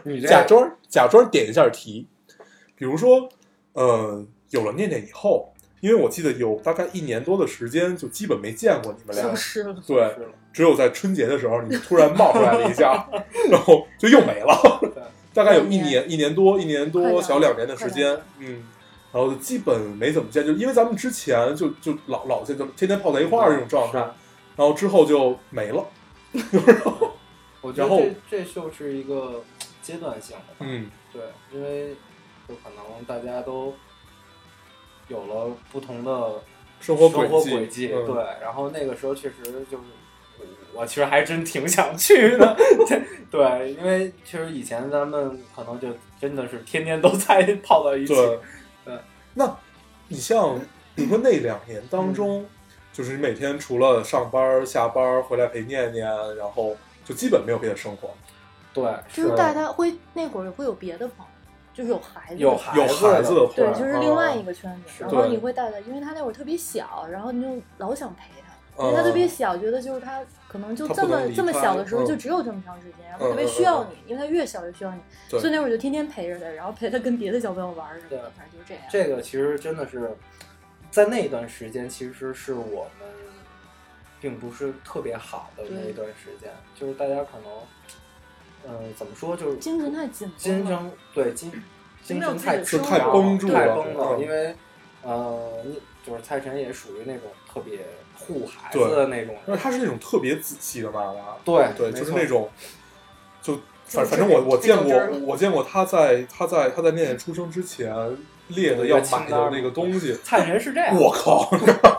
你这假装假装点一下题，比如说，呃，有了念念以后，因为我记得有大概一年多的时间，就基本没见过你们俩消，失了。对，是了只有在春节的时候，你突然冒出来了一 <laughs> 下，然后就又没了。大概有一年、一年多、一年快多两小两年的时快两间，嗯，然后就基本没怎么见，就因为咱们之前就就老老见，就天天泡在一块儿这种状态，是然后之后就没了。我觉然得后这这就是一个阶段性的吧，嗯，对，因为就可能大家都有了不同的生活生轨活迹，轨迹，嗯对，然后那个时候确实就是我我其实还真挺想去的， <laughs> 对，因为其实以前咱们可能就真的是天天都在 <laughs> 泡到一起，对，对那你像你说那两年嗯当中，就是你每天除了上班、下班回来陪念念，然后就基本没有别的生活。对，就是带他会那会儿会有别的朋友，就是有孩子的有朋有孩友孩子子的对，话嗯就是另外一个圈子。是然后对你会带他，因为他那会儿特别小，然后你就老想陪他，嗯因为他特别小，觉得就是他可能就他不这能么离这么开小的时嗯候就只有这么长时间，嗯然后特别嗯需要你，因为他越小越需要你，对所以那会儿就天天陪着他，然后陪他跟别的小朋友玩儿什么对的，反正就这样。这个其实真的是在那段时间，其实是我们并不是特别好的那一段时间，就是大家可能，呃，怎么说，就是精神太紧绷精了，神对 <clears throat> 精精没神有自己太的紧生张活太了崩了，嗯因为呃，你就是蔡晨也属于那种特别护孩子的那种但是人，她是那种特别仔细的妈妈，对对，没就是错那种，就较反真儿反正我我见较真儿过，我见过她在她在她在念念出生之前列的有一要个买清单的儿那嘛个东 <laughs> 西，蔡晨是这样，我 <laughs> 靠，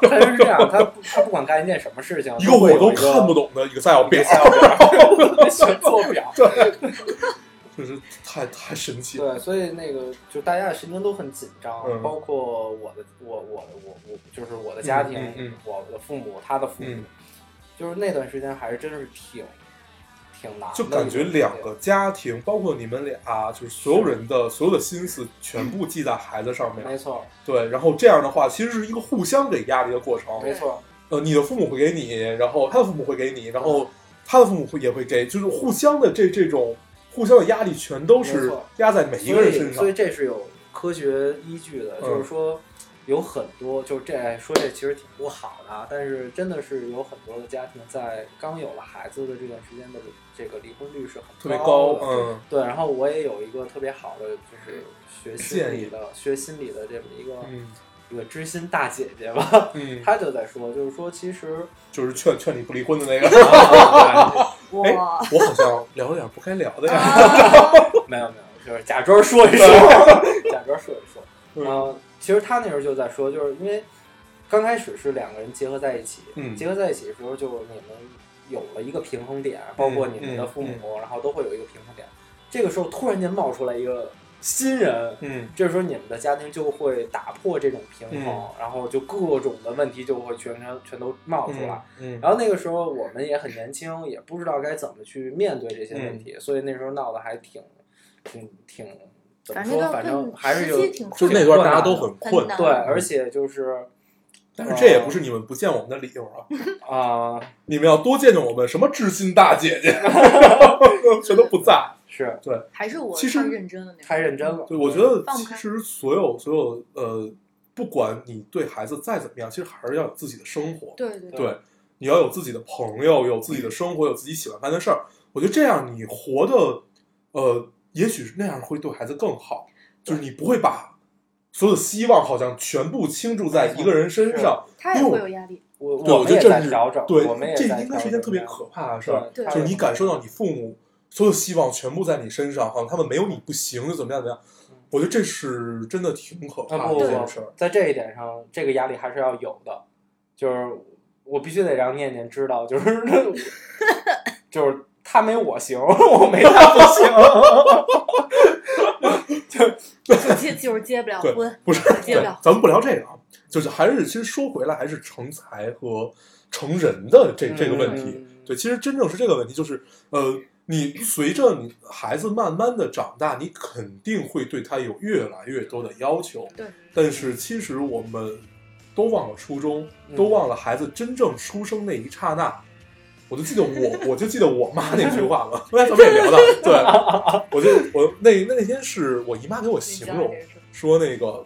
蔡晨是这样，他不他不管干一件什么 <laughs> 事情，一个都会我有都一看不懂的 Excel 表，表，选做表。就是太太神 <laughs> 奇了。对，所以那个就大家的神经都很紧张，嗯包括我的我我我我就是我的家庭，嗯嗯嗯我的父母，他的父母，嗯就是那段时间还是真是挺挺难的一段时就间，感觉两个家庭，包括你们俩，就是所有人的所有的心思全部记在孩子上没面。错对，然后这样的话，其实是一个互相给压力的过程。没错，呃，你的父母会给你，然后他的父母会给你，然后他的父母会也会给，就是互相的这这种互相的压力，全都没是错压在每一个人所身以所以上。这是有科学依据的，嗯就是说有很多，就是这哎说这其实挺不好的啊，但是真的是有很多的家庭在刚有了孩子的这段时间的这个离婚率是很特别高高的，，嗯，对，然后我也有一个特别好的，就是学心理的、学心理的这么一个、嗯一个知心大姐姐吧，嗯，她就在说，就是说其实， <laughs> 就是劝劝你不离婚的那个。哎哇，我好像聊了点不该聊的呀。啊没有没有，就是假装说 <laughs> 一说，假装说一说。嗯然后其实她那时候就在说，就是因为刚开始是两个人结合在一起，嗯结合在一起的时候，就是你们有了一个平衡点，包括嗯你们的父母，然后都会有一个平衡点。这个时候突然间冒出来一个新人，嗯，这时候你们的家庭就会打破这种平衡，嗯然后就各种的问题就会全全全都冒出来。嗯，然后那个时候我们也很年轻，也不知道该怎么去面对这些问题，嗯所以那时候闹得还挺挺挺怎么反正说，那反段正更还是时有期挺就是那段大家都很嗯困很，难对，而且就是但是这也不哦是你们不见我们的理由啊！ <laughs> 啊、你们要多见见我们，什么知心大姐 <laughs> 姐，全都不在。是还是我其实太认真了那太会儿。认真了。对，我觉得放不其开实所有所有呃，不管你对孩子再怎么样，其实还是要有自己的生活。对对对，你要有自己的朋友，有自己的生活，有自己喜欢干的事儿。我觉得这样你活的，呃，也许是那样会对孩子更好。就是你不会把所有的希望好像全部倾注在一个人身上。他也会有 <laughs> 压力。我对，我觉得们也这在是调整，对我们，也这在应该是一件特别可怕的事儿对，，对她就是也你感受到你父母所有希望全部在你身上，好像他们没有你不行，就怎么样怎么样嗯。我觉得这是真的挺可啊怕不的一不不件事儿。在这一点上，这个压力还是要有的，就是我必须得让念念知道，就是 <laughs> 就是他没我行，我没他不行。接就是接不了对婚，不是，接不对了，咱们不聊这个啊，就是还是其实说回来，还是成才和成人的这这个问题。嗯对，其实真正是这个问题，就是呃，你随着你孩子慢慢的长大，你肯定会对他有越来越多的要求。对，但是其实我们都忘了初衷，嗯都忘了孩子真正出生那一刹那。我就记得我，我就记得我妈那句话了。刚才咱们也聊到，对，我就我那那那天是我姨妈给我形容，说那个，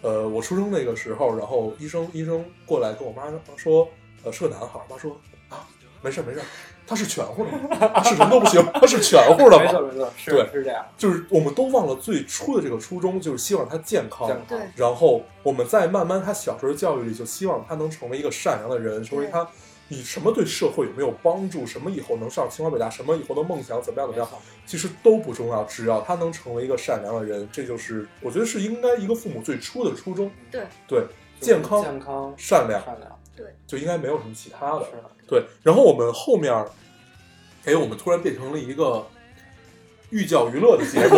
呃，我出生那个时候，然后医生医生过来跟我妈说，呃，是个男孩儿。我妈说啊，没事儿没事儿，他是全乎的 <laughs> 吗，是什么都不行，他 <laughs> 是全乎的没错吗？没错，是对是这样，就是我们都忘了最初的这个初衷，就是希望他健康。健康对然后我们在慢慢他小时候教育里，就希望他能成为一个善良的人，成为他你什么对社会有没有帮助，什么以后能上清华北大，什么以后的梦想怎么样怎么样，其实都不重要，只要他能成为一个善良的人，这就是我觉得是应该一个父母最初的初衷。对对，就是健康、健康善良善良，就应该没有什么其他的。是的对，然后我们后面儿，哎，我们突然变成了一个寓教于乐的节目，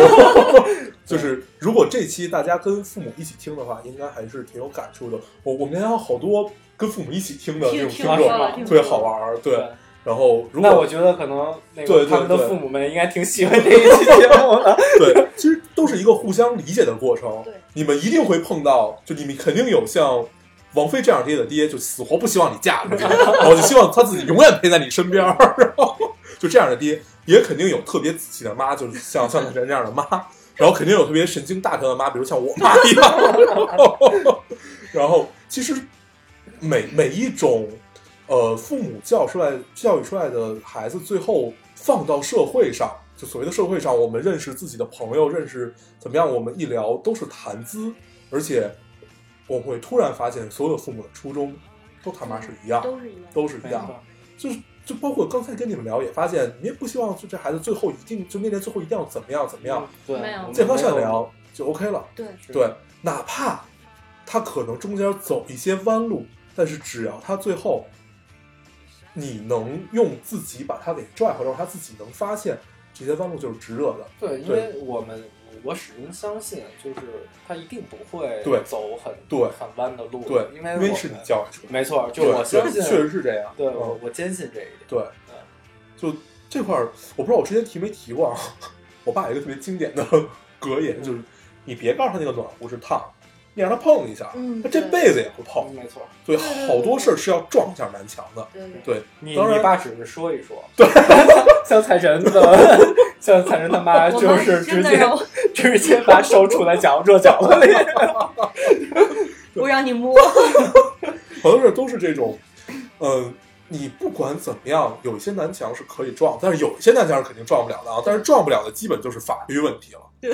<laughs> 就是如果这期大家跟父母一起听的话，应该还是挺有感触的。我我们家有好多跟父母一起听的这种听听众啊说了，听特说别了好。玩儿。对，然后如果那我觉得可能那对个对他们的对父母们应该挺喜欢这一期节目的，对，其实都是一个互相理解的过程。对，你们一定会碰到，就你们肯定有像王菲这样爹的爹，就死活不希望你嫁出去， <laughs> 然后就希望他自己永远陪在你身边儿，然后就这样的爹，也肯定有特别仔细的妈，就是像像咱这样的妈，然后肯定有特别神经大条的妈，比如像我妈一样。 <laughs> 然后，然后其实每每一种呃父母教出来教育出来的孩子，最后放到社会上，就所谓的社会上，我们认识自己的朋友，认识怎么样，我们一聊都是谈资，而且我会突然发现，所有父母的初衷都他妈是一样，都是一样。啊都 <laughs> 是一嗯没样的错。就是就包括刚才跟你们聊，也发现你也不希望就这孩子最后一定就那年最后一定要怎么样怎么样，对没有我们健康没善有良就 OK 了。对，是对，哪怕他可能中间走一些弯路，但是只要他最后你能用自己把他给拽回来，让他自己能发现这些弯路就是值得的。对，因对为我们我始终相信，就是他一定不会对走很对很弯的路，对，因因为我是你们教育出来的，没错，就对我相信，对确实是这样。对嗯我我嗯坚信这一点，对，就这块儿，我不知道我之前提没提过啊。 <laughs> 我爸有一个特别经典的格言，就是嗯你别告诉他那个暖壶是烫，你让他碰一下，嗯他这对辈子也不碰嗯。没错。所以对对好多事儿是要撞一下南墙的。对 <laughs> 对对，你当然你爸只是说一说，对，像财 <laughs> 神的，像财神他哎妈我就妈是直真的接让我直接把手杵在脚 <laughs> 这脚子里，不让你摸，好多事儿都是这种，嗯，你不管怎么样，有一些南墙是可以撞，但是有一些南墙是肯定撞不了的啊。但是撞不了的，基本就是法律问题了。对，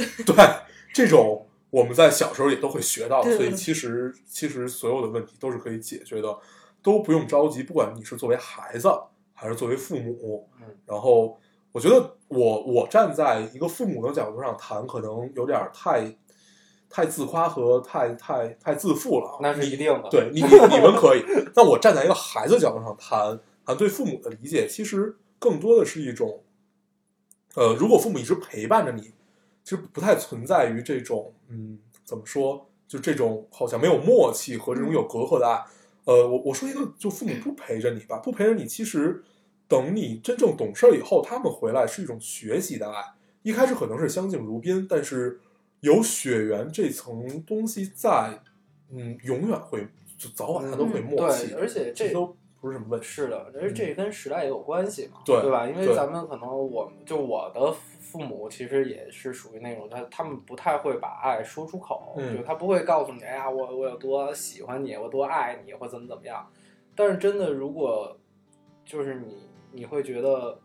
这种我们在小时候也都会学到，对所以其实其实所有的问题都是可以解决的，都不用着急。不管你是作为孩子还是作为父母，嗯然后我觉得我我站在一个父母的角度上谈，可能有点儿太。太自夸和太太太自负了啊，那是一定的。对你，你你们可以。但我站在一个孩子角度上谈谈对父母的理解，其实更多的是一种，呃，如果父母一直陪伴着你，其实不太存在于这种，嗯，怎么说，就这种好像没有默契和这种有隔阂的爱。呃，我我说一个，就父母不陪着你吧，不陪着你，其实等你真正懂事儿以后，他们回来是一种学习的爱。一开始可能是相敬如宾，但是有血缘这层东西在，嗯，永远会就早晚他都会默契的、嗯对而且这都不是什么问题。是的，而这跟时代也有关系嘛，嗯对吧？因为对咱们可能我们就我的父母其实也是属于那种他他们不太会把爱说出口，嗯就他不会告诉你，哎呀，我我有多喜欢你，我多爱你，或怎么怎么样。但是真的，如果就是你，你会觉得，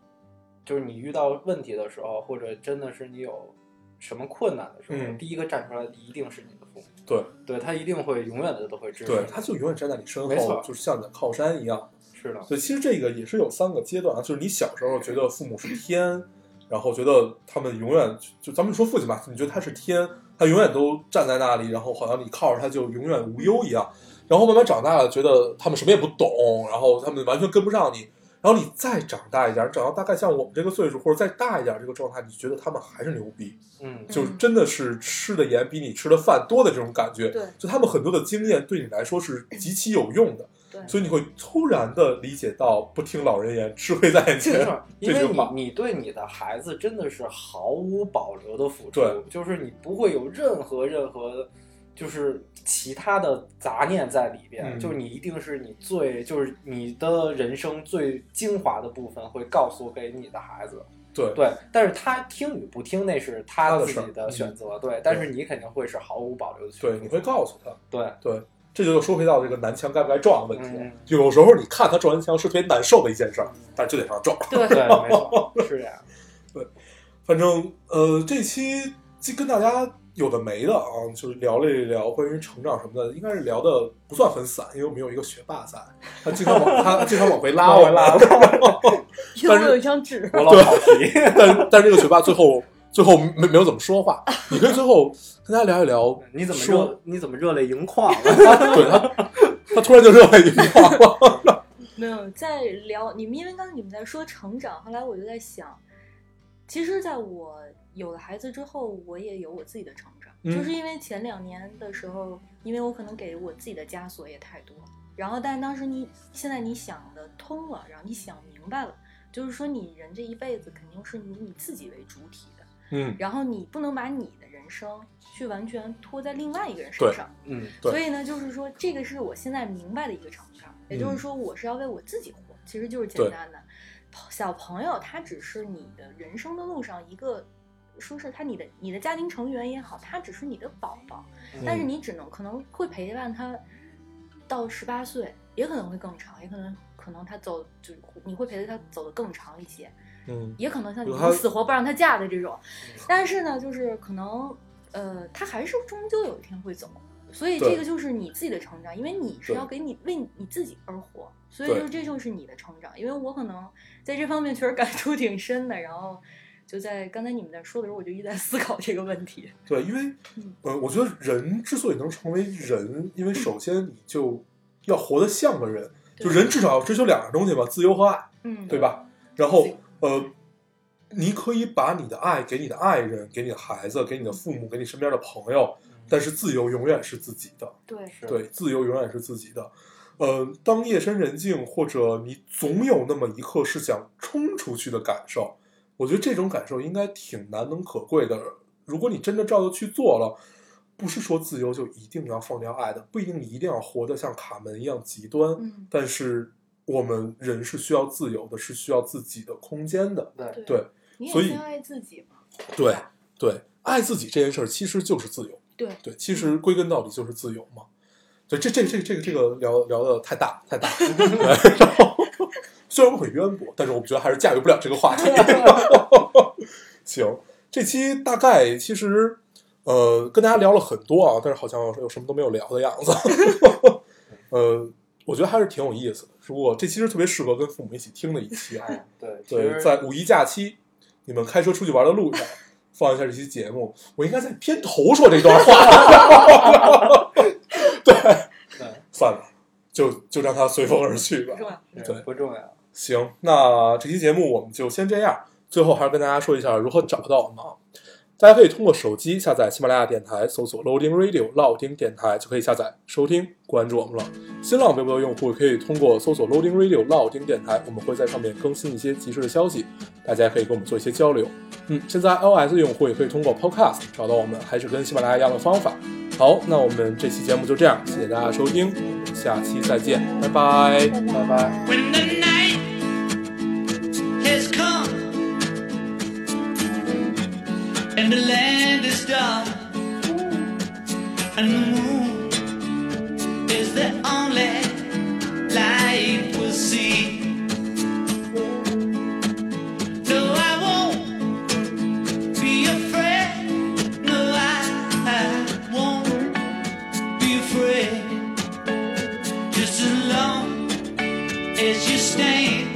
就是你遇到问题的时候，或者真的是你有什么困难的时候，嗯第一个站出来的一定是你的父母，对对他一定会永远的都会支持你对，。他就永远站在你身没后错，就是像你的靠山一样。是的，对，其实这个也是有三个阶段啊，就是你小时候觉得父母是天，然后觉得他们永远就咱们说父亲吧，你觉得他是天，他永远都站在那里，然后好像你靠着他就永远无忧一样。然后慢慢长大了，觉得他们什么也不懂，然后他们完全跟不上你。然后你再长大一点，长到大概像我们这个岁数，或者再大一点这个状态，你觉得他们还是牛逼，嗯，就真的是吃的盐比你吃的饭多的这种感觉。对嗯就他们很多的经验对你来说是极其有用的，对所以你会突然的理解到不听老人言，吃亏在眼没前错。，因这为句话你你对你的孩子真的是毫无保留的付出对，就是你不会有任何任何就是其他的杂念在里边，嗯就是你一定是你最就是你的人生最精华的部分会告诉给你的孩子，对对，但是他听与不听那是他他的自事儿己的嗯选择，对，但是你肯定会是毫无保留的去对，你会告诉他，对，对，这就说回到这个男枪该不该撞的问题。嗯有时候你看他撞完枪是特别难受的一件事儿， <laughs> 但是就得让他撞。对对，没错，是这样，反正呃，这期就跟大家有的没的啊，就是聊了一聊关于成长什么的，应该是聊的不算很散，因为我们有一个学霸在，他经常往他经常往回拉我拉们，因为我有一张纸，我老跑 <laughs> 题，，但是但是这个学霸最后最后没没有怎么说话，你可以最后跟大家聊一聊你怎么说热你怎么热泪盈眶了？ <laughs> 对他他突然就热泪盈眶了，没有在聊你们，因为刚才你们在说成长，后来我就在想，其实在我有了孩子之后，我也有我自己的成长，嗯就是因为前两年的时候，因为我可能给我自己的枷锁也太多，然后但是当时你现在你想的通了，然后你想明白了，就是说你人这一辈子肯定是以你自己为主体的，嗯，然后你不能把你的人生去完全拖在另外一个人身对上。嗯，对所以呢，就是说这个是我现在明白的一个成长，也就是说我是要为我自己活，其实就是简单的。朋小朋友他只是你的人生的路上一个，说是他你的你的家庭成员也好，他只是你的宝宝，但是你只能可能会陪伴他到十八岁，也可能会更长，也可能可能他走就是你会陪着他走得更长一些，嗯也可能像你有嗯们他死活不让他嫁的这种，但是呢，就是可能，呃，他还是终究有一天会走，所以对这个就是你自己的成长，因为你是对要给你为你自己而活，所以对就这就是你的成长。因为我可能在这方面确实感触挺深的，然后就在刚才你们在说的时候，我就一直在思考这个问题。对，因为嗯呃，我觉得人之所以能成为人，因为首先你就要活得像个人，就人至少要追求两样东西吧，自由和爱。嗯，对吧？然后对呃，你可以把你的爱给你的爱人、给你的孩子、给你的父母、给你身边的朋友，但是自由永远是自己的。对，是，对，自由永远是自己的。呃，当夜深人静，或者你总有那么一刻是想冲出去的感受，我觉得这种感受应该挺难能可贵的。如果你真的照着去做了，不是说自由就一定要放掉爱的，不一定你一定要活得像卡门一样极端。嗯，但是我们人是需要自由的，是需要自己的空间的。对，对，你也所以先要爱自己嘛。对吧对，爱自己这件事儿其实就是自由。对，对，其实归根到底就是自由嘛。对，这这这这个这个聊聊的太大太大，对然后虽然我很渊博，但是我觉得还是驾驭不了这个话题。行，这期大概其实呃跟大家聊了很多啊，但是好像有什么都没有聊的样子。 <laughs> 呃，我觉得还是挺有意思的。如果这其实特别适合跟父母一起听的一期啊。 <laughs> 哎，对，其对，实在五一假期，你们开车出去玩的路上，放一下这期节目。我应该在片头说这段话。对，对算了，就就让它随风而去吧不。重要。对对不重要，行，那这期节目我们就先这样。最后还是跟大家说一下如何找到我们啊。大家可以通过手机下载喜马拉雅电台，搜索 Loading Radio 老丁电台就可以下载收听关注我们了。新浪微博的用户可以通过搜索 Loading Radio 老丁电台，我们会在上面更新一些及时的消息，大家可以跟我们做一些交流。嗯，现在 iOS 用户也可以通过 Podcast 找到我们，还是跟喜马拉雅一样的方法。好，那我们这期节目就这样，谢谢大家收听，下期再见，拜拜。拜拜。 when the night has come and the land is dark and the moon is the only light we'll see. No, I won't be afraid. No, I, I won't be afraid. Just as long as you stand Oh, Oh,